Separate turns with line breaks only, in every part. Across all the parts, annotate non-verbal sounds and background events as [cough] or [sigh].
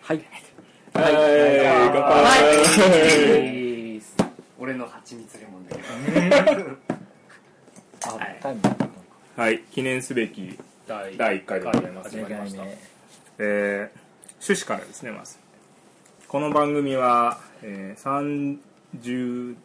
はい
はい、乾杯。
俺の蜂蜜レモンだけど
あ、
はい
タイムなんか
はい、記念すべき
第
第1回でございます。
始まりました
意外ね
えー趣旨からですねまずこの番組は、えー、30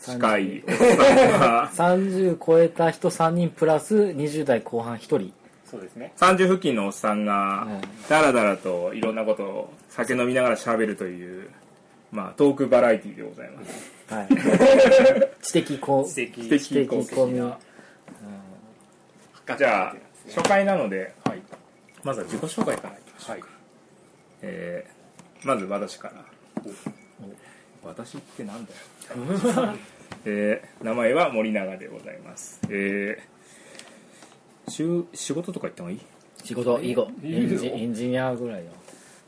近いおっさんが
30超えた人3人プラス20代後半1人
そうですね
30付近のおっさんが
うん
ダラダラといろんなことを酒飲みながら喋るという、まあ、トークバラエティでございます
はい知的こ
素敵
知的
知的コミュ
じゃあ初回なので
はい
まずは自己紹介からいきましょう、
はい
えーまず私から私ってなんだよえー名前は森永でございますえーしゅ仕事とか言ってもいい
仕事以後エンジエンジニアぐらいよ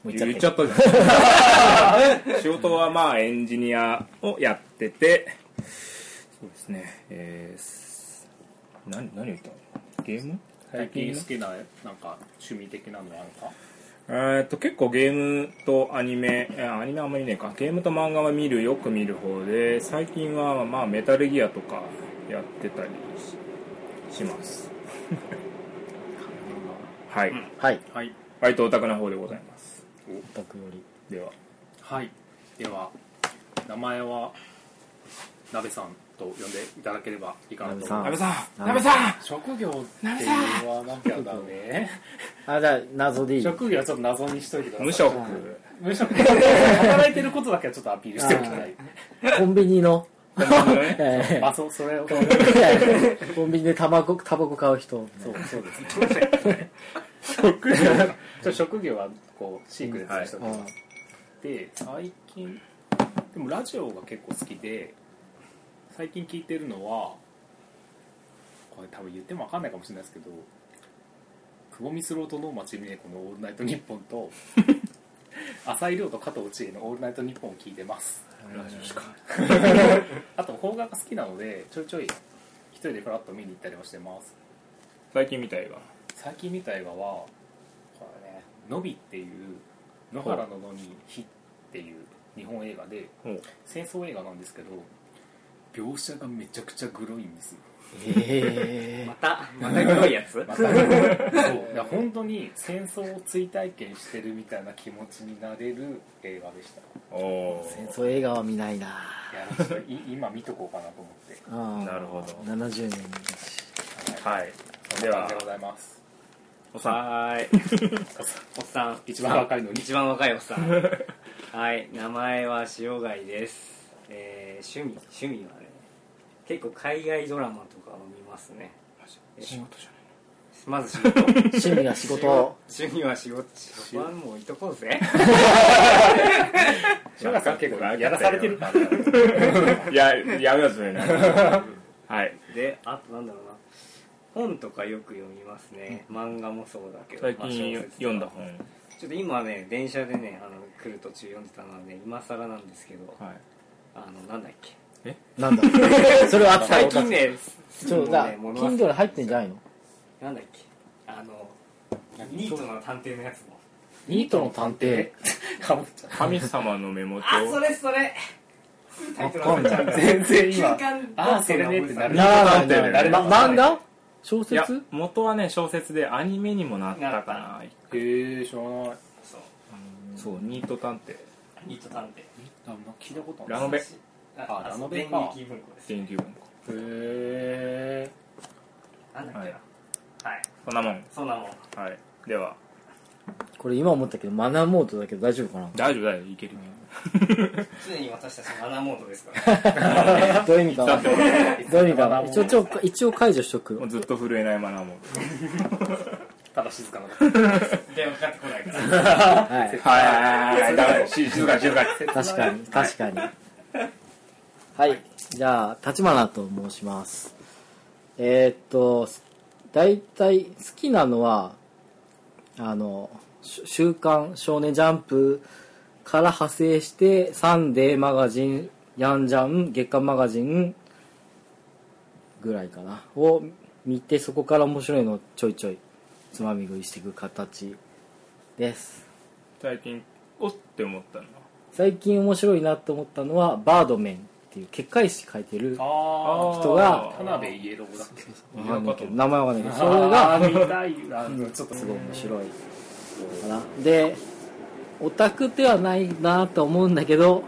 もう
言っ
い
ちゃったじ [laughs] ゃん仕事はまあエンジニアをやっててそうですねえーす何何を言ったのゲーム
最近好きななんか趣味的なのあるか
えーっと結構ゲームとアニメいやアニメあんまりねえかゲームと漫画は見るよく見る方で最近はまあメタルギアとかやってたりしし [laughs] ますはい、
はい
はい
割とオタクな方でございます
オタクより
では
はいでは名前は鍋さんと呼んでいただければいいかな
鍋
と
さん
思います
さ
ん
鍋さん
職業って言わなきゃだ
[laughs]
ね
あじゃあ謎でいい
職業はちょっと謎にしといてください
無職
無職働いてることだけはちょっとアピールしておきたい
コンビニのえ
[laughs] まあそうそれを
ーコンビニでタバコタバコ買う人
そうそうですね職 [laughs] 業ちょ職業はこうシークレットにしておきます、
うん
で最近でもラジオが結構好きで最近聞いてるのはこれ多分言っても分かんないかもしれないですけど久保ミスローと能町美恵子の「オールナイトニッポン」 [laughs] と浅井亮と加藤千恵の「オールナイトニッポン」を聞いてます
ラジオしか
あと邦画が好きなのでちょいちょい一人でフラッと見に行ったりはしてます
最近みたいが
最近見た映画はこれね「のび」っていう野原ののに「火」っていう日本映画で
もう
戦争映画なんですけど描写がめちゃくちゃグロいんですよ
え
またまた黒いやつ
[laughs] またそういや本当に戦争を追体験してるみたいな気持ちになれる映画でした
お
ー
ー
戦争映画は見ないない
やちょっとい今見とこうかなと思って
な
なるほど
70年だし
はい
で
で
は
は
でございます
おさ
はーいおっさん
一番若いのに
一番若いおっさんはい名前は塩貝です、えー、趣味趣味はね結構海外ドラマとかを見ますね
ん仕事じゃ
まず仕事
趣味が仕事を
趣味は仕事そこはもういとこ
[laughs]
うぜ
塩川さん結構やらされてるからね [laughs]
ないややめようそ [laughs] れねはい
であとなんだろうな本とかよく読みますね漫画もそうだけど
最
まあ小説
近
とか
読んだ本
ちょっと今ね電車でねあの来る途中読んでたのはね今更なんですけど
はい
あのなんだっけ
なんだ [laughs] それは扱いお
最
か
近
しい
ね
ちょ
もう
じゃあ
ね物忘れ
Kindle 入ってんじゃないの
なんだっけあのニートの探偵のやつも
ニートの探偵
[laughs] かぶっちゃっ
神様のメモ帳
あそれそれタイトル忘れちゃう
た全然
瞬
今
間
ああそれねってなる
なら
探
な
偵だよね
いま漫画小
いや
説
元はね小説でアニメにもなったか
な
な
へえ知らない
そう
そうニート探偵
ニート探偵
あんま聞いたことな
ラ
い
ノベ
あ
あ
あ
ラ
ラ
ノ
ノ
ベ
ベ
か
電撃文庫です
電球文庫
へえ
なんだっけな
はい
はい
そんなもん
そんなもん
はいでは
これ今思ったけどマナーモードだけど大丈夫 [laughs] か
大丈夫大丈夫いける
常に私たちマナーモードです [laughs] から
などういう意味か
だ
な
って俺
どういう意味かな一応ちょ一応解除しとく
もうずっと震えないマナーも
ただ静かな
電話かかってこないから
はい
はいはいはいだからし静かに静かに
[laughs]
確かに確かにはいじゃあ立花と申しますえーっと大体好きなのはあの「し週刊少年ジャンプ」から派生して「サンデーマガジン」「ヤンジャン」「月刊マガジン」ぐらいかなを見てそこから面白いのをちょいちょいつまみ食いしていく形です
最近おって思ったのは
最近面白いなと思ったのはバードメンっていう結界誌書いてるわ
あ
人が
田辺イエローだっけ
かんないけど名前はねそれ
あ
が
ー見たいな
うんちょっとすごい面白いかなでオタクではないなと思うんだけど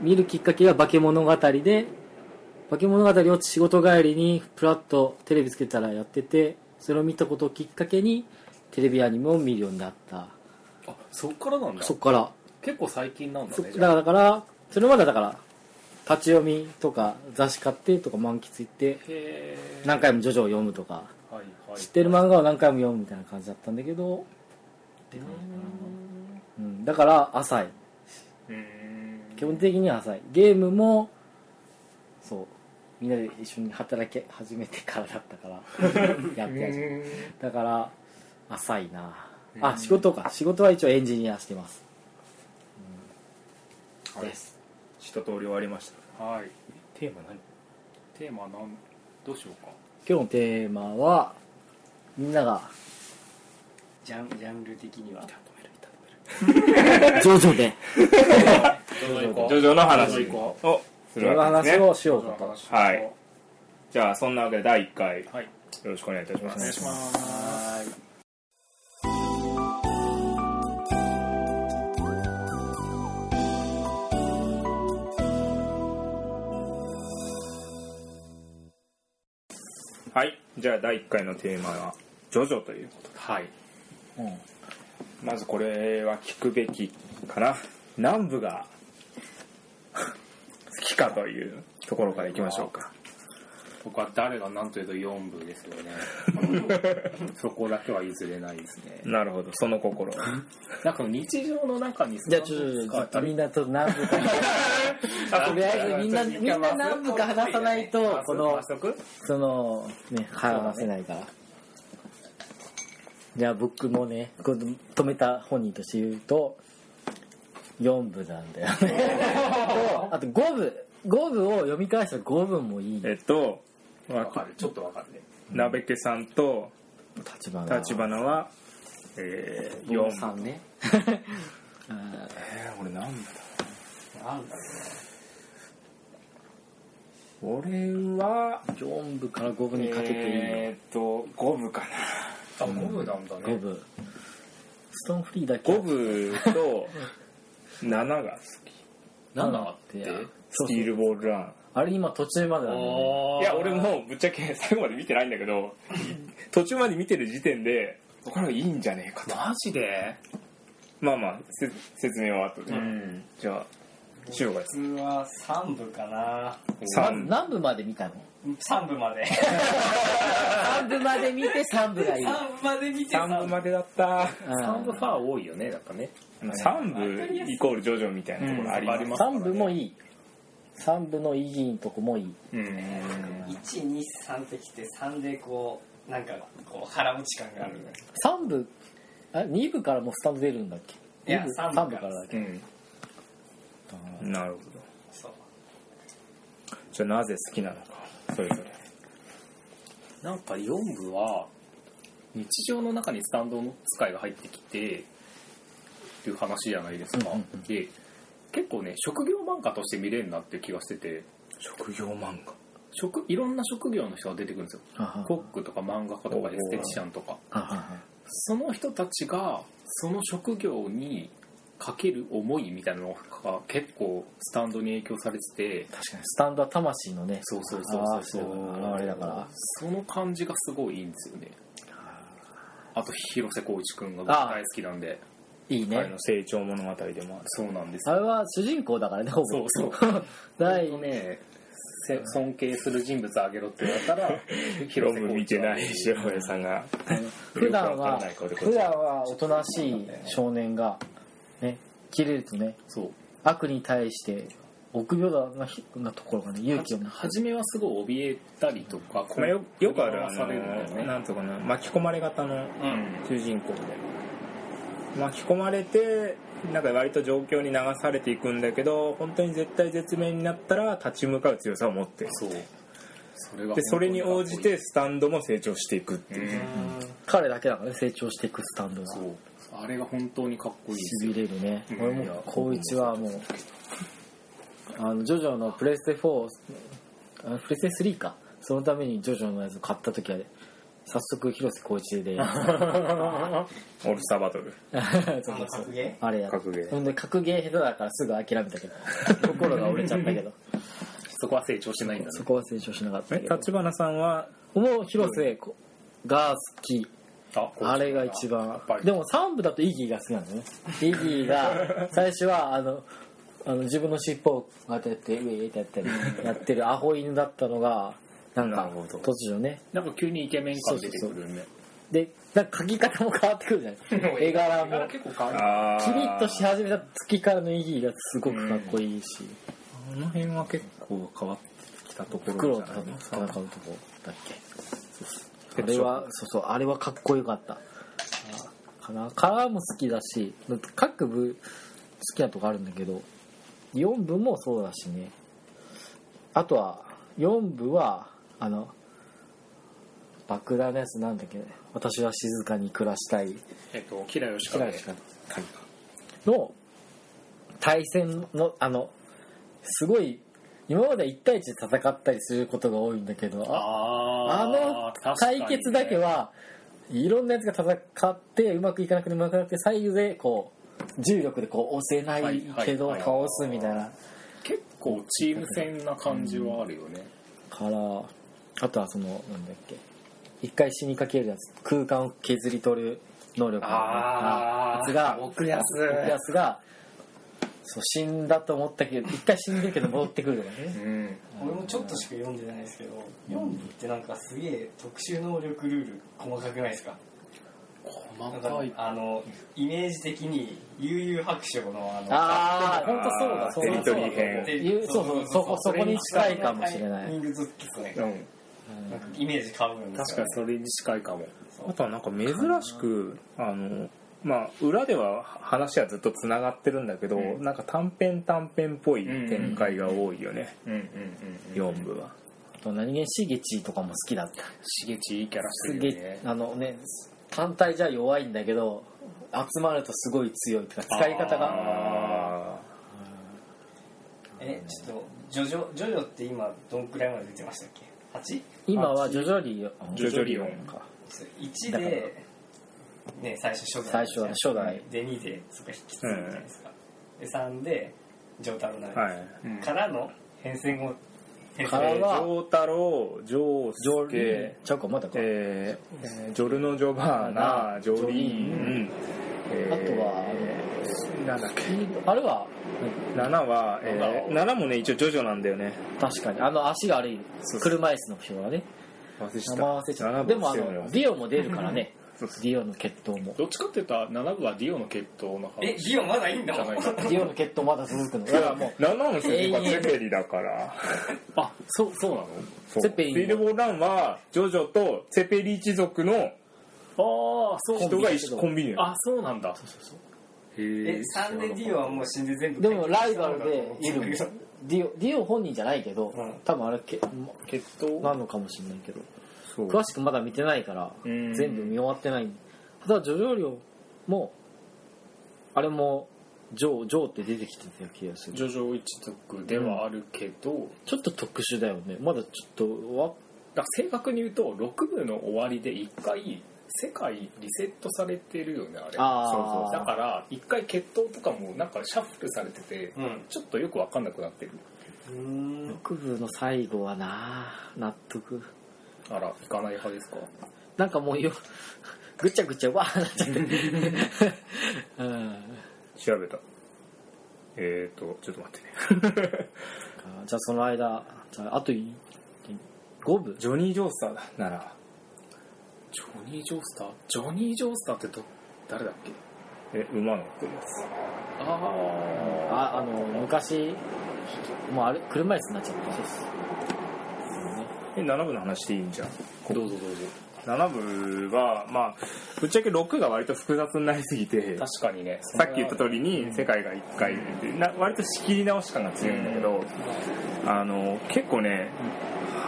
見るきっかけが化け物語で化け物語を仕事帰りにプラッとテレビつけたらやっててそれを見たことをきっかけにテレビアニメを見るようになった
あそっからなんだ
そっから
結構最近なんだ
そ
ね
だ
じ
か
ゃあ
らだからそれまでだから立ち読みとか雑誌買ってとか満喫行って
へえ
何回も「ジョジョ」を読むとか
はいはい
知ってる漫画を何回も読むみたいな感じだったんだけど、
うー
うん、だから浅い
んうーん
基本的には浅いゲームもそうみんなで一緒に働き始めてからだったから
[laughs]
やってやるだから浅いなあ仕事か仕事は一応エンジニアしてます、うん
はい
です
一通り終わりました
はい
テーマ何
テーマなんどうしようか
今日のテーマはみんなが
ジャンジャンル的に
[laughs]
は
ジョジョで
ジョジョの
ジョ
話
ジョ行こ
をす
そ
る
の
わけで
話
すね
をしようかと
はいじゃあそんなわけで第1回よ
はい
ろしくお願いいたしま
お願いし
す
ます
はいじゃあ第1回のテーマは「ジョジョ」ということで
はい
まずこれは聞くべきかな南部が好きかというところからいきましょうか
僕は誰が何というと4部ですよ [laughs] ねそこだけは譲れないですね
なるほどその心
なんか日常の中に
じゃあちょっとちょっとみんなちょっと何部かとりあえずみんなみんな何部か話さないとこのそのね話せないから、じゃあ僕もねこの止めた本人として言うと4部なんだよ [laughs] ねとあと5部5部を読み返すと5部もいい
えっとわ
わかるちょっとわかるね
なべけさんと
立花
立花は、えー、
4
4
3ねあ
えー、俺何部だ
なんだろ
俺は
ー4部から5部にかけていいの、
えーっと5部 [laughs] かな
あ5部なんだね
五部ストーンフリーだけ
5部と7が好き
なんだ
7
って
って
そう
ステ
そ
ィー
う
ルボールラン
あれ今途中までなんだよね
いや俺もうぶっちゃけ最後まで見てないんだけど途中まで見てる時点でこれはいいんじゃねえかと
マジで
まあまあせ説明は後で、
うん
じゃあ塩が
う僕は3部かな
な
3
何部まで見たの
3部まで
3部まで見て3部がいい
3部まで見て
三部までだった
3部ファン多いよねなんかね
3部イコールジョジョみたいなところあります,、
うん
3部もいい3部の意義のとこもいい
123ってきて3でこうなんかこう腹持ち感がある
3部あ2部からもうスタンド出るんだっけ
いや
二
三部
三
から
だっけ
うんなるほど
そう
じゃあなぜ好きなのかそれぞれ
なんか4部は日常の中にスタンドの使いが入ってきてっていう話じゃないですか、
うんうんうん
で結構ね職業漫画として見れるなっていう気がしてて
職業漫画
職いろんな職業の人が出てくるんですよ
はは
コックとか漫画家とかエステティシャンとか
ははは
その人たちがその職業にかける思いみたいなのが結構スタンドに影響されてて
確かにスタンドは魂のね
そうそうそうそう
あれだから
その感じがすごいいいんですよねあと広瀬光一君が僕
ああ
大好きなんで
いい
彼
ね
の成長物語でもある
そうなんです
あれは主人公だからねほぼ
そうそう
[laughs] 第
本当ねせ尊敬する人物あげろって言われた [laughs] ら広瀬
ロム
光
見
一
て
は
ない塩谷さんが
[laughs] 普段は
よくわからない顔でこっ
普
ち
段はおとなしい少年がね切れるとね
そう
悪に対して臆病だなひなところがね勇気を持って
初めはすごい怯えたりとか
まあ、よよくあるあ
されるんだよ
の
ね
なんとかな巻き込まれ型の
うん
主人公で巻き込まれてなんか割と状況に流されていくんだけど本当に絶対絶命になったら立ち向かう強さを持ってる
そうそれが
でそれに応じて
本
スタンドも成長していくっていう、
当にかっこいい
彼だけだからね成長していくスタンドが
そうあれが本当にかっこいいです
し
よ
びれるね
うん
俺も光一はもうあのジョジョのプレステ4あプレステ3かそのためにジョジョのやつ買った時は早速広瀬光一で
オールスターバトル
そうそうそう
格ゲ
あれや
格ゲー
ほんで格ゲー下手だからすぐ諦めたけど心が折れちゃったけど
そこは成長してないんだ
そ
ね
こは成長しなかった
え
けど
立花さんは
もう広瀬が好き
あ
あれが一番
ぱり
でも3部だとイギーが好きなんだよねイギーが最初はあのあの自分の尻尾を当ててウェイってやったりやってるアホ犬だったのがなん
な
か
るほど
突如ね
なんか急にイケメン感出てくるね
でなんか描き方も変わってくるじゃない絵柄
あれ
も
結構変わる
あー
キリッとし始めた月からのイギーがすごくかっこいいし、
あの辺は結構変わってきたとこ
黒
ろ
と
じゃないです
戦うとこだっけ
ペ
あ
ット
れ
ショッ
はそうそうあれはかっこよかったあかなカラーも好きだしだって各部好きなとこあるんだけど4部もそうだしねあとは4部はあの爆弾のやつなんだっけ私は静かに暮らしたい
えっとキラヨシ
キ
カ
ラ
ゲ
リかの対戦のあのすごい今までは1対1で戦ったりすることが多いんだけどああ
あー
の対決だけ
確か
はいろんなやつが戦ってうまくいかなくてうまくなくて最後でこう重力でこう押せないけど
はいはい
倒すみたいな
にね結構チーム戦な感じはあるよね
からあとはそのなんだっけ一回死にかけるやつ空間を削り取る能力があるやつが
奥安
やつがそう死んだと思ったけど一回死んでるけど戻ってくるとかね
うん
俺もちょっとしか読んでないですけど読んってなんかすげえ特殊能力ルール細かくないですかな
細
んか
かい
あのイメージ的に悠々白書のあの
ああ本当そうだ
あー
そう
テ
だ
リトリー編
ゆそうそうそこそこに近いかもしれない
タイミングずっとです
う
ね
ん
なんかイメージ変わるんで
確
す
か
よ
にそれに近いかも
あとはなんか珍しくあのまあ裏では話はずっとつながってるんだけど、
うん
なんか短編短編っぽい展開が多いよね、
うんうんうん
四4部は
あと何気にしげちとかも好きだった
しげちいいキャラして
す
る
げ
よね
えあのね単体じゃ弱いんだけど集まるとすごい強いとか使い方が
あ
えちょっとジョジョジョジョって今どんくらいまで出てましたっけ 8?
今は徐々に
ジョジョリオン
か
1で、ね、最初初
最
代
初はね初代
で2でそこ引き継ぐじゃないですか、で3で丈太郎なん
あ
で
はい
うん
すからの変遷を変
か
遷
ら
えー
は
丈太郎丈
ジョリーン
介
ちゃうかまだか、
えーえージョルノ・ジョバーナジョリーン、え
あとは
ーなんだっけ
あれは
7は、えー、7もね一応ジョジョなんだよね
確かにあの足が悪い
そうそう
車椅子の人はね
忘れち
名
ゃった
前忘れちゃった
7
でもあ
部強い
の
よ
ディオも出るからね
[laughs] そうそう
ディオの血統も
どっちかって言ったら7部はディオの決闘の話
えリオまだいいんだもん
ディオの血統まだ続くのだからもう
7の主人公はゼペリだから
あそうそうなの
そう
ゼペリン
ビルボーダンはジョジョとゼペリ一族の
ああそう
人が一緒コンビニ
あそうなんだへ
え3でディオはもう死んで全部
でもライバルでい
い
る
る
もん
も
デ
ん
ィオディオ本人じゃないけど、
うん
多分あれけ
決闘
なのかもしれないけど
そう
詳しくまだ見てないから
うん
全部見終わってないただジョジョリオもあれもジョージョーって出てきてた気がする
ジョジョ一族ではあるけど、
ちょっと特殊だよねまだちょっとわ
だから正確に言うと6部の終わりで1回世界リセットされてるよねあれ
あー
そうそうだから1回決闘とかもなんかシャッフルされてて、
うん
ちょっとよく分かんなくなってる
うん
6部の最後はな納得
あら行かない派ですか
なんかもうよ [laughs] ぐちゃぐちゃわーなっちゃ [laughs] ってうん
調べたえっ、ー、とちょっと待ってね
あじゃあその間じゃああとい5部
ジョニー・ジョースターだなら
ジョニー・ジョースタージョニー・ジョースターってど誰だっけ
え馬乗ってます
あ
ああの昔もうあれ車椅子になっちゃった
え7部の話していいんじゃん
あどうぞどうぞ
7部はまあぶっちゃけ6が割と複雑になりすぎて
確かにね
さっき言った通りに世界が1回でな割と仕切り直し感が強いんだけど、あの結構ね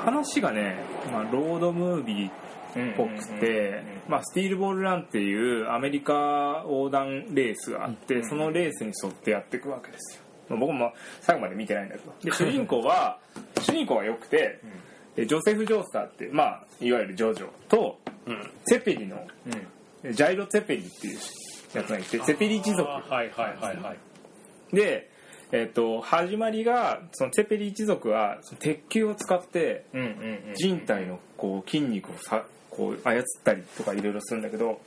話がね、まあ、ロードムービーっぽくて、まあ、スティールボールランっていうアメリカ横断レースがあってそのレースに沿ってやっていくわけですよ、まあ僕も最後まで見てないんだけどで主人公は主人公は良くてでジョセフ・ジョースターって、まあ、いわゆるジョジョとツェペリのジャイロ・ツェペリっていうやつがいてツェペリ一族
あーはいはいはいはい
で、えっと始まりがそのツェペリ一族はその鉄球を使って
うんうんうん
人体のこう筋肉をさこう操ったりとかいろいろするんだけど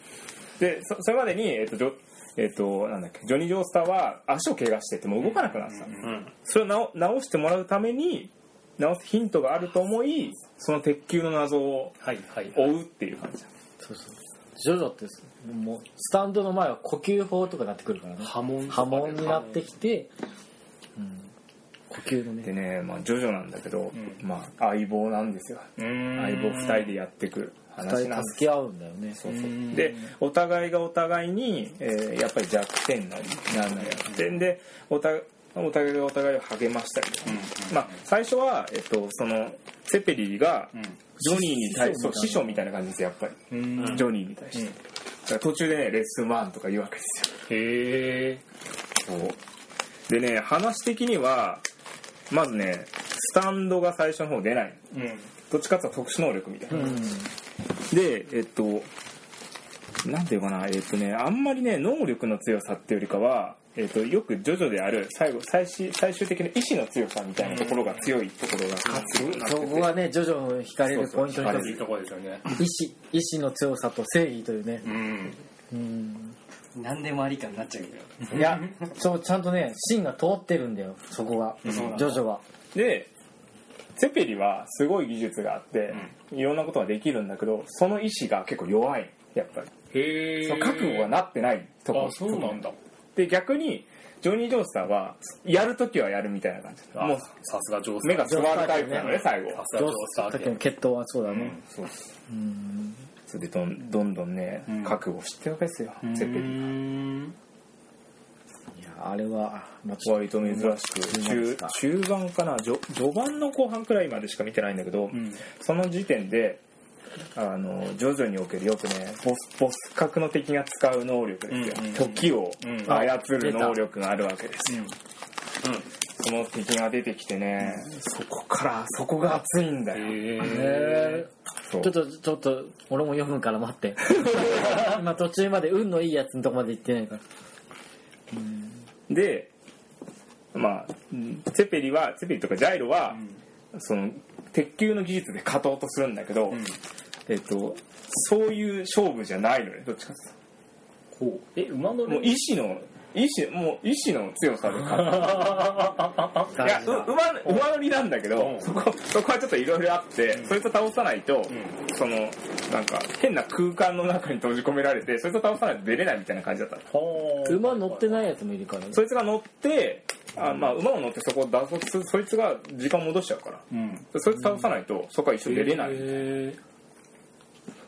でそそれまでに、えっとジョえっとなんだっけジョニー・ジョースターは足を怪我しててもう動かなくなってた、それを直直してもらうために直すヒントがあると思いその鉄球の謎を
はいはい
追うっていう感じだ
そうそうジョジョってもうスタンドの前は呼吸法とかになってくるからね
波紋
波紋になってきて、うん、呼吸の
で
ね
ね、まあ、ジョジョなんだけど、
う
まあ、相棒なんですよ
うーん
相棒2人でやってく
二
話な
人
んです
助け合うんだよね
そう
う
そ
ん
うでお互いがお互いに、えーやっぱり弱点なりなんなりあってでおたお互いがお互いを励ましたりとか、まあ、最初は、えっと、そのセペリーが
うん
ジョニーに対して
師
師
匠
匠みたいな感じですよやっぱり、
うん
ジョニーに対して、だから途中でねレッスン1とか言うわけですよ
へえ
そうでね話的にはまずねスタンドが最初の方出ない
うん
どっちかっていうと特殊能力みたいな、
うん
でえっとなんていうかなえっとねあんまりね能力の強さっていうよりかは、えっと、よくジョジョである最後最終最終的な意志の強さみたいなところが強いところが勝つなって
そ
て
こはねジョジョの惹かれるポイントの
あ
一
れいいとこですよね
つ意志意志の強さと正義というね
うん
うん
何でもありかになっちゃうけど
いやそうちゃんとね芯が通ってるんだよそこがジ
そうなんだ
ョジョは
でセペリはすごい技術があって、いろんなことができるんだけどその意志が結構弱いやっぱり
へえ
その覚悟がなってないところ
あそうなんだ
で逆にジョニー・ジョースターはやるときはやるみたいな感じも
もう
う
さすが上手
目が座るタイプなのね最後
さ
は
す
ジ
が
ョー
上
スタ
手だ
ーの決闘はそうだね
そうです
うん
それでどんどんどんね、
ん
覚悟を知ってるわけですよゼペリン
ん
いやあれはまあちょっ
割と珍し
うん
く中中盤かな序序盤の後半くらいまでしか見てないんだけど、
うん
その時点であの徐々におけるよくねボスボス格の敵が使う能力ですよ、
うんうん
時を
うん
操る能力があるわけです、
うん
その敵が出てきてね、そこからそこが熱いんだよ、
へ
と
え
ね
そう
ちょっとちょっと俺も4分から待って
[laughs]
今途中まで運のいいやつのとこまで行ってないから
でまあツェペリはツェペリとかジャイロは、その鉄球の技術で勝とうとするんだけど、えっとそういう勝負じゃないのよどっちかっていう
こうえ馬乗
とも
り
う意志の意志もう意志の強さで勝ついやう馬馬乗りなんだけど、
うん
そこそこはちょっといろいろあって、そいつを倒さないと、そのなんか変な空間の中に閉じ込められてそいつを倒さないと出れないみたいな感じだったの
馬乗ってないやつもいるからね
そいつが乗ってあ、まあ、馬を乗ってそこを脱走するそいつが時間戻しちゃうから
うん
そいつ倒さないとそこは一緒に出れない、
へー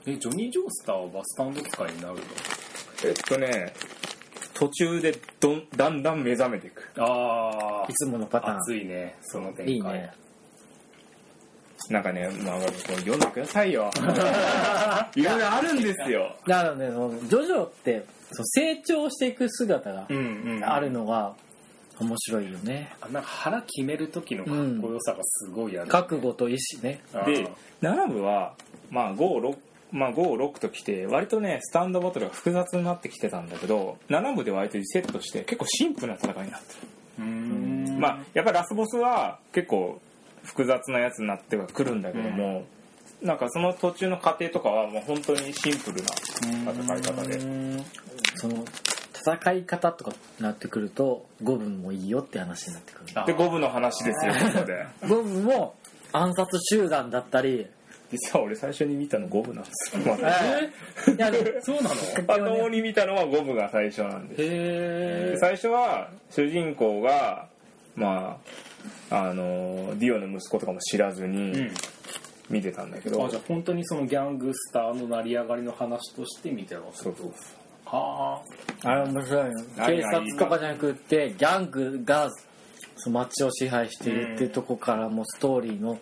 えジョニー・ジョースターはバスタンド使いになる
えっとね途中でどんだんだん目覚めていく
のあ
いつものパターン
熱いねその展開
いいね
なんかね、まあ、こう読んでください
[laughs]
よいろいろあるんですよ
だからねそのジョジョってその成長していく姿が
うんうん
あるのが面白いよね
あなんか腹決める時のかっこよさがすごいある、
覚悟と意志ね
で7部は、まあ56まあ、56ときて割とねスタンドバトルが複雑になってきてたんだけど7部で割とリセットして結構シンプルな戦いになってる
うん
まあやっぱりラスボスは結構複雑なやつになってはくるんだけども、なんかその途中の過程とかはもう本当にシンプルな戦い方で
その戦い方とかなってくると五分もいいよって話になってくる
あ
で五分の話 [laughs] ですよここで
五分も暗殺集団だ
[laughs]
ったり
実は俺最初に見たの五分なんですよ、 [laughs] まだ
いやで
そうなの
まともに見たのは五分が最初なんです
へ
で最初は主人公がまああのディオの息子とかも知らずに見てたんだけど、
あじゃあ本当にそのギャングスターの成り上がりの話として見てます
そうそう
は
あれ面白いよ
何
警
がいい
察とかじゃなくってギャングがその街を支配しているっていうとこからもうストーリーの、うん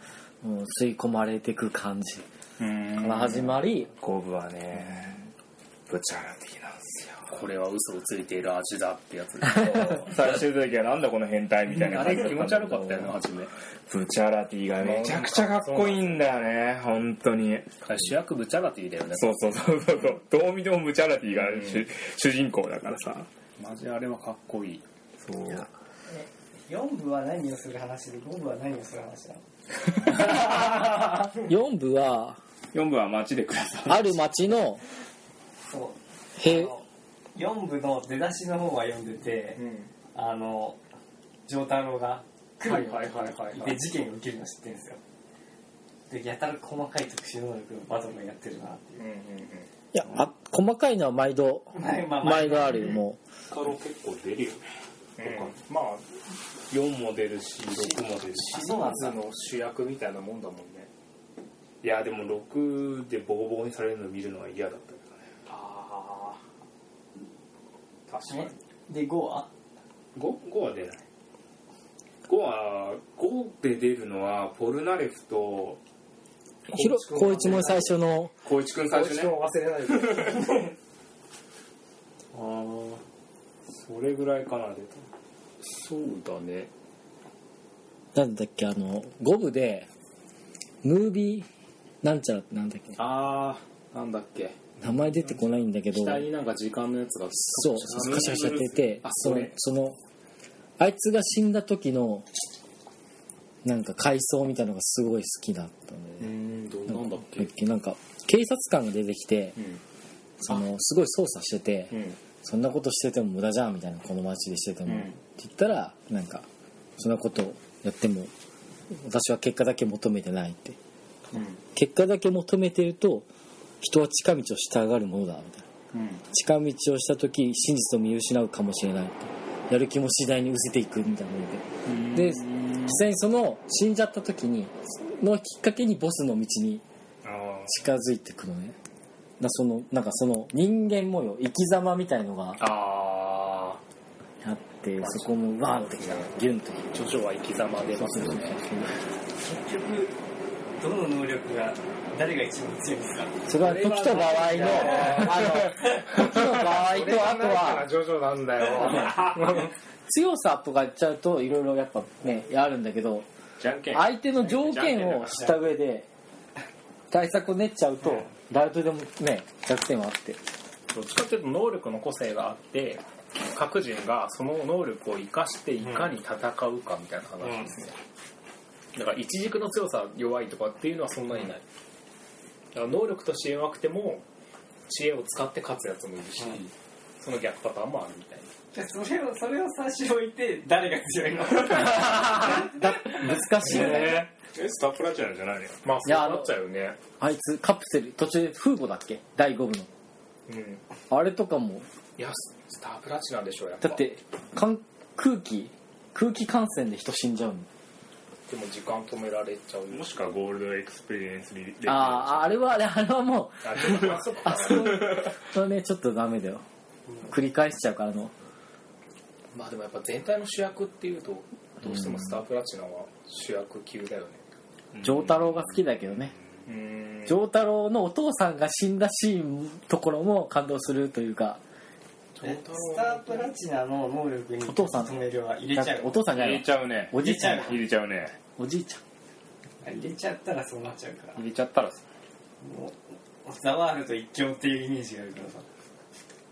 吸い込まれていく感じ
あ
から始まり、
コブはねぶち上がってきなんですよ
これは嘘をついている味だってやつ
[laughs]
最終的にはなんだこの変態みたいな
あ
感じだ
れ気持ち悪かったよね
んだ
初め
けどブチャラティがめちゃくちゃかっこいいんだよね本当に
あれ主役ブチャラティだよね
そうそうそうそうそうどう見てもブチャラティが主,、主人公だからさ
マジあれはかっこいい
そう
4部は何をする話で5部は何をする話なの
4部は、
4部は街で暮らす
ある町の
そう
平、
4部の出だしの方は読んでて、あの丈太郎が来る
はいはいはいはいはい
で事件が起きるの知ってるんですよでやたら細かい特殊能力のバトルがやってるなっていう
うんうん
いや、あ細かいのは毎度、
前まあ
毎度あるよ、も
カロ結構出るよね
まあ
4も出るし6も出るし
そうなんだ
夏の主役みたいなもんだもんねいやでも6でボコボコにされるの見るのは嫌だったけどね
ああ確かに
ねで5は
5, 5は出ない5は5で出るのはポルナレフと
う、ひろ光一も最初の、
光一君最初ね
忘れないで
ああそれぐらいかな出た
そうだね
なんだっけ、あの、5部で、ムービー、なんちゃらってなんだっけ、
ああなんだっけ
名前出てこないんだけど、
額になんか時間のやつが
そう、カシャカシャやってて
あ、
そ
そ
の
れ、
その、あいつが死んだ時の、なんか回想みたいのがすごい好きだったん
う
で、
んどんなんだっけ
だっけなんか、警察官が出てきて
う、ん
その、すごい捜査してて、
うん
そんなことしてても無駄じゃんみたいなこの街でしてても、
うん
って言ったらなんかそんなことやっても私は結果だけ求めてないって
うん
結果だけ求めてると人は近道をしたがるものだみたいな
うん
近道をした時真実を見失うかもしれないってやる気も次第に失せていくみたいなのでで実際にその死んじゃった時にのきっかけにボスの道に
あ
近づいてくのねなそのなんかその人間模様生き様みたいのが
あ
あってそこもワーンってきたギュンときた
あ、ジョジョは生き様出ますよね。
結局どの能力が誰が一番強いんですか
それは時と場合のあの時の場合とあとは
ジョジョなんだよ
強さとか言っちゃうといろいろやっぱねあるんだけど
[laughs] じゃんけん
相手の条件を知った上で対策を練っちゃうと誰とでもね弱点はあって
どっちかっていうと能力の個性があって各人がその能力を生かしていかに戦うかみたいな話ですね、だから一軸の強さ弱いとかっていうのはそんなにない、だから能力として弱くても知恵を使って勝つやつもいるし、その逆パターンもあるみたいな
じゃあそれをそれを差し置いて誰が強いの
だ難しいよね
えスタープラチナじゃないの
まあそう
いや
なっちゃうよね
あいつカプセル途中でフーゴだっけ第5部の
うん
あれとかも
いやススタープラチナでしょやっぱ
だってかん空気空気感染で人死んじゃうの
でも時間止められちゃう
もしくはゴールドエクスペリエンスに
あああれはあれあれはもう
あでもあそこ
あそこはねちょっとダメだよ繰り返しちゃうからあの
まあでもやっぱ全体の主役っていうとどうしてもスタープラチナは主役級だよね
丈太郎が好きだけどね
うん
丈太郎のお父さんが死んだシーンところも感動するというか
スタープラチナの能力に
お父さん
止めるは入れちゃう
お父さんじゃな
入れ
い
ちゃうね
おじいちゃん
入
入れちゃうね
おじいちゃん
入れちゃったらそうなっちゃうから
入れちゃったらさ
もうザワールド一強っていうイメージがあるからさ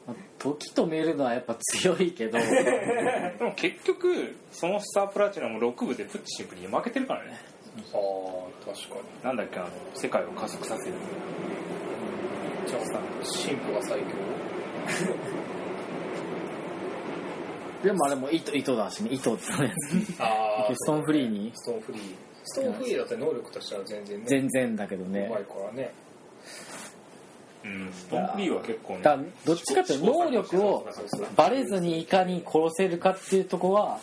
まあ時とめるのはやっぱ強いけど
でも結局そのスタープラチナも6部でプッチシンプに負けてるからね
ああ確か
なんだっけあの世界を加速させる
にじゃあ進歩が最強
でもあれも糸糸だしね糸ってや
あ
つストーンフリーに
ストーンフリーストーンフリーだって能力としては全然ね
全然だけど
う
ね
まいからね
うんストーンフリーは結構ね
だからどっちかっていうと能力をバレずにいかに殺せるかっていうとこは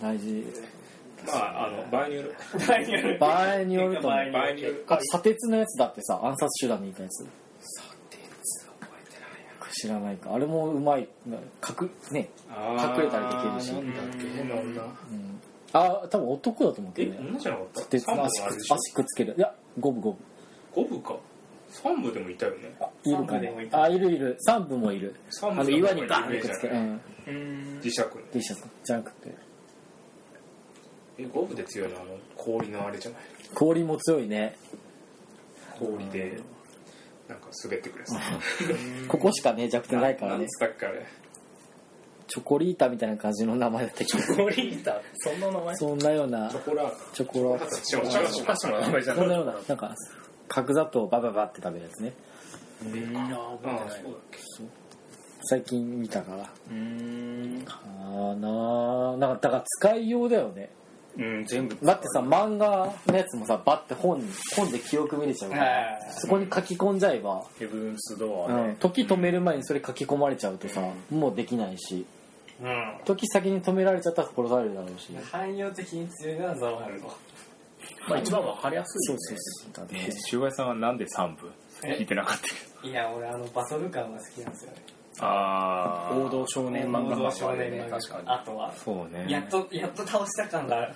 大事
まああの場合による
場合によると思う
場合による
あと砂鉄のやつだってさ暗殺手段にいたやつ知らないかあれもうまいな隠ね隠れたりできるし
なんだっけなんだ
あ多分男だと思うけ
え
どね
女じゃなかった
鉄の足
三
く
部もあ
っ
るで
つ
しょ
足くっつけるいや五分五分
五部か三部でもいたよね
いるか
三部でもいた
あいるいる3部もいる
三
あの
部
岩にガーンってくっつけうん
うん
磁石の
T シャツじゃなくて
え五部で強いのはあの氷のあれじゃない
氷も強い [laughs] ね
氷でなんか滑ってくるやつ
ここしかね弱点ないから
な
ね
んつったっけあれ
チョコリータみたいな感じの名前だった気がする
ゴリータそんな名前
そんなような
チョコラート
チョコラ
しかもしかもしかも
の名前じゃ
そん
な
ないようななんか角砂糖をバババって食べるやつね
ああそうだっけ
最近見たから
うん
かなあなんかだから使いようだよね
うん全部
だってさ漫画のやつもさバッて本本で記憶見れちゃうからそこに書き込んじゃえば、
ヘブンスド
う
ア
ん、時止める前にそれ書き込まれちゃうとさ、もうできないし
うん
時先に止められちゃったら殺されるだろうし
汎用的に強いのはザワハルド
まあ一番わかりやす
そ
いよ
う
ね
そうそうだ
え
ね
ー周平さんはなんで三部聞いてなかったっ
いや俺あのバトル感が好きなんですよね
け [laughs] あ
王道少年漫画
王道少年
ね
漫画
確かに
あとは
そうね
やっとやっと倒した感がある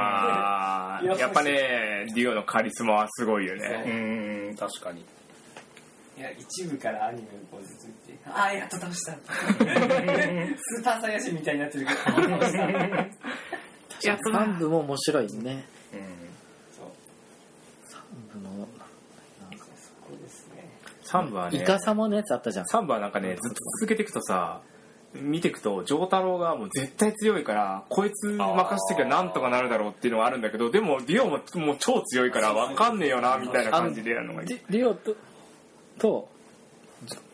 あーやっぱねデュオのカリスマはすごいよ
そう
ね
うん確かに
いや一部からアニメをこうずっと見てああやっと
[laughs]
倒したスーパーサイヤ人みたいになってるけど倒した
3部も面白いね
そう
3部の
そこですね
三部は
イカ様のやつあったじゃん
サンバはなんかね、ずっと続けていくとさ、見ていくと、丈太郎がもう絶対強いから、こいつ任せてきゃなんとかなるだろうっていうのはあるんだけど、でも、ディオももう超強いから、わかんねえよな、みたいな感じでやるのがいい。
でリオとと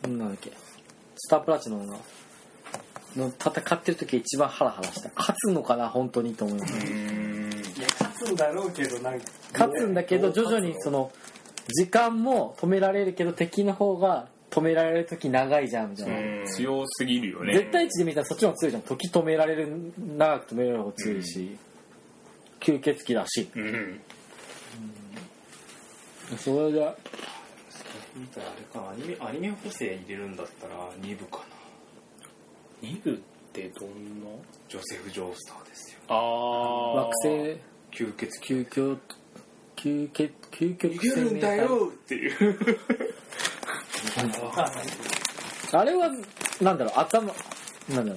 なんだっけスタープラチナのの戦ってる時一番ハラハラした勝つのかな本当にと思います
いや勝つんだろうけどなんか
勝つんだけど徐々にその時間も止められるけど敵の方が止められる時長いじゃんみたいな、
強すぎるよね。
絶対値で見たらそっちの方が強いじゃん時止められる長く止められる方が強いし、吸血鬼だし、
うん
それで
見たらあれかな、アニメ、アニメ補正入れるんだったら、2部かな。
2部ってどんな
ジョセフ・ジョースターですよ。
ああ
惑星
吸血
究極究極究極
逃げるんだよっていう。
あれは、なんだろう、頭、なんだろう。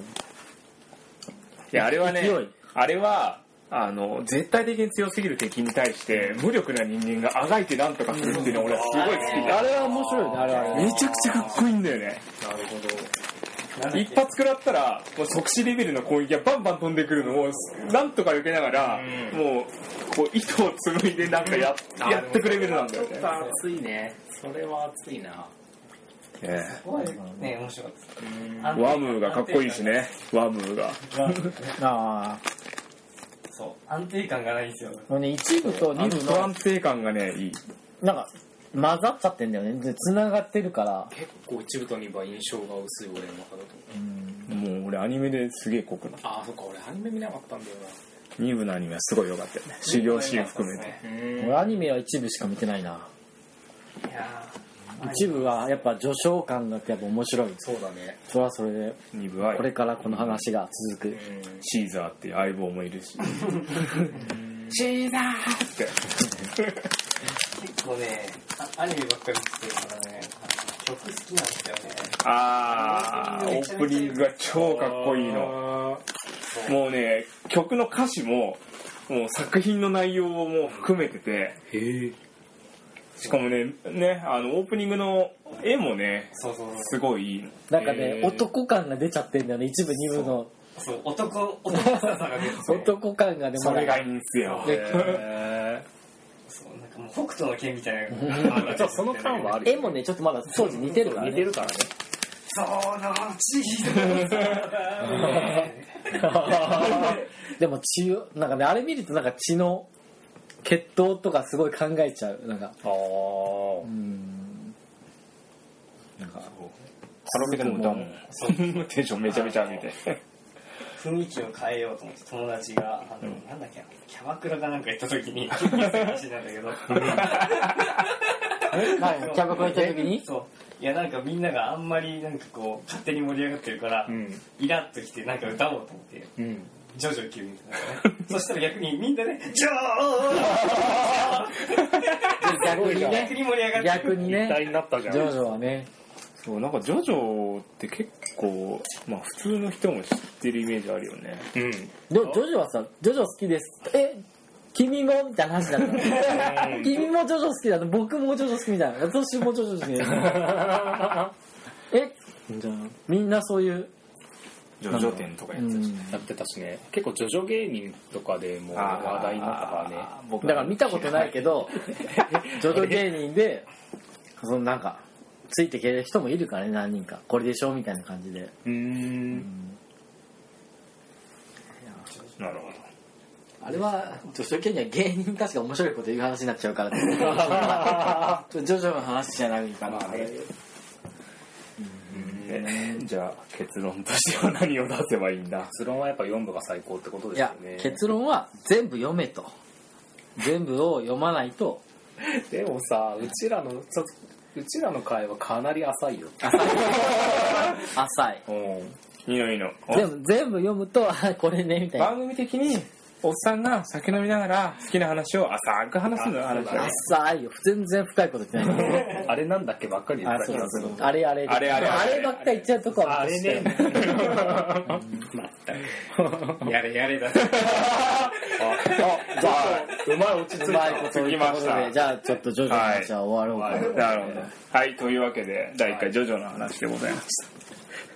いや、あれはね
勢い、
あれは、あの、絶対的に強すぎる敵に対して、無力な人間があがいてなんとかするっていうのは俺はすごい好きだ。
あれは面白いね、あれはね。
めちゃくちゃかっこいいんだよね
なるほど
なんだっけ
一発食らったらもう即死レベルの攻撃がバンバン飛んでくるのをなんとか避けながら、もうこう糸を紡いでなんかや,、やってくレベルなんだよね
ちょっと熱いねそれは熱いな
え
怖いね面白かった
えワムーがかっこいいしねワムーが
あ
そう安定感がないんですよ
あ。もうね、一部と
あ
二
の
部
不
の
安、定感がねいい
なんか、混ざっちゃってんだよね。で繋がってるから。
結構一部と2部は印象が薄い俺の中だと思う
もう俺アニメですげえ濃くなった
ああそっか俺アニメ見なかったんだよ
2部のアニメはすごい良かったよね修行シーン含めて
なうん
俺アニメは一部しか見てないな。
いや
一部はやっぱ序章感があってやっぱ面白い。
そうだね
それはそれで、
2部は
これからこの話が続く。
シーザーっていう相棒もいるしシーザーって
ー結構ねあアニメばっかりしてるからね曲好きなんですよね
あーオープニングが超かっこいいのもうね曲の歌詞ももう作品の内容も含めててしかもねねあのオープニングの絵もね
そうそう
すごいいいの
なんかね
へ、ー
男感が出ちゃってんだよね。一部、二部の
そうそう男男臭さが出てて
男感がね、
それがい
い。
いんですよ
で
[laughs]
そうなんかもう北斗の剣みたいな
あじゃあその感はある
絵もね、ちょっとまだ当時似てるからね。
似てるからね
そうの地図
でも血をなんかねあれ見るとなんか血の血統とかすごい考えちゃうなんか
ああ
うん
カラオケでも歌うもんテンションめちゃめちゃ上げて
雰囲気を変えようと思って友達があの、なんだっけなキャバクラかなんか行った時に [laughs] 聞いた話なんだけど
[laughs]
はいキャバクラ行った時に
そういやなんかみんながあんまりなんかこう勝手に盛り上がってるから、イラッときてなんか歌おうと思って、ジョジョ級みたいなね。そしたら逆にみんなね、ジョ
逆
ー
に
逆
ね
に盛り上がって。
逆に
一体
ね
になったじ
ジ
ゃん
ョジョはね
そうなんかジョジョって結構まあ普通の人も知ってるイメージあるよね
うん
でもジョジョはさ「ジョジョ好きです」え君もみたいな話だったの君もジョジョ好きだと僕もジョジョ好きみたいな私もジョジョ好きだえじゃあみんなそういう
ジョジョ店とかやってたしね
やってたしね結構ジョジョ芸人とかでも
あー
話題になったからね
僕
だから見たことないけ [laughs] どジョジョ芸人でそのなんかついてける人もいるからね何人かこれでしょみたいな感じで
うーん
なるほど
あれはジョジョ芸人は芸人たちが面白いこと言う話になっちゃうから [laughs] ジョジョの話じゃないから、
ねじゃあ結論としては何を出せばいいんだ
結論はやっぱ4部が最高ってこと
い
ですよ
や
ね
結論は全部読めと全部を読まないと
でもさうちらのそうんうちらの会はかなり浅いよ
浅い
いいのいいの
全部全部読むと [laughs] あこれねみたいな
番組的におっさんが酒飲みながら好きな話を浅く話すの話だよね
浅いよ全然深いこと言ってない
あれなんだっけばっかり言っ
あ
てた
そうそう
気がす
そ
る
うあれあれ
あれあれ
あればっかり言っちゃうとこは
あれね
やれやれだ。
じゃあ
うまい落ち着
う
い
まい
た
こと言ったこ
つき
と
まし
で
た
じゃあちょっと徐々に話は終わろうか、
[laughs] なるほどはいというわけで第1回ジョジョの話でございまし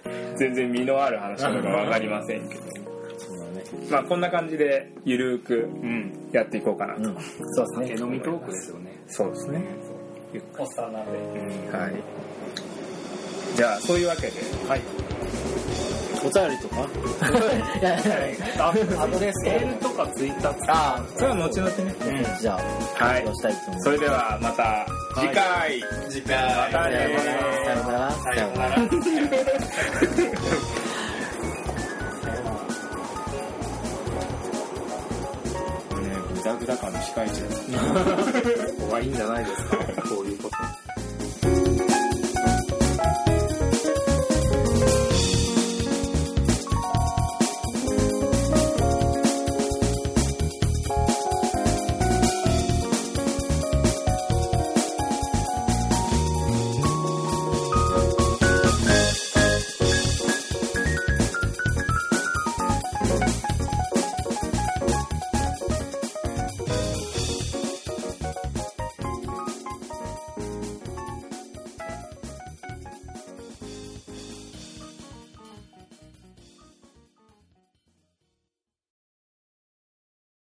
た全然身のある話なのか分かりませんけど
そうだね
まあこんな感じでゆるーく
うん
やっていこうかなと、
うんそうですね
手飲みトークですよね
そうですね
おっさんなんで。
はいじゃあそういうわけで
はい
お便りとかいやいやいやアドレス
メールとかツイッター
あ
それは後々ね
あじゃあ
は
発
い
表したいと思います
それではまた次回、
次回。
またね
さようならさようなら [laughs]
ねグダグダ感の司会者
はいいんじゃないですかこういうこと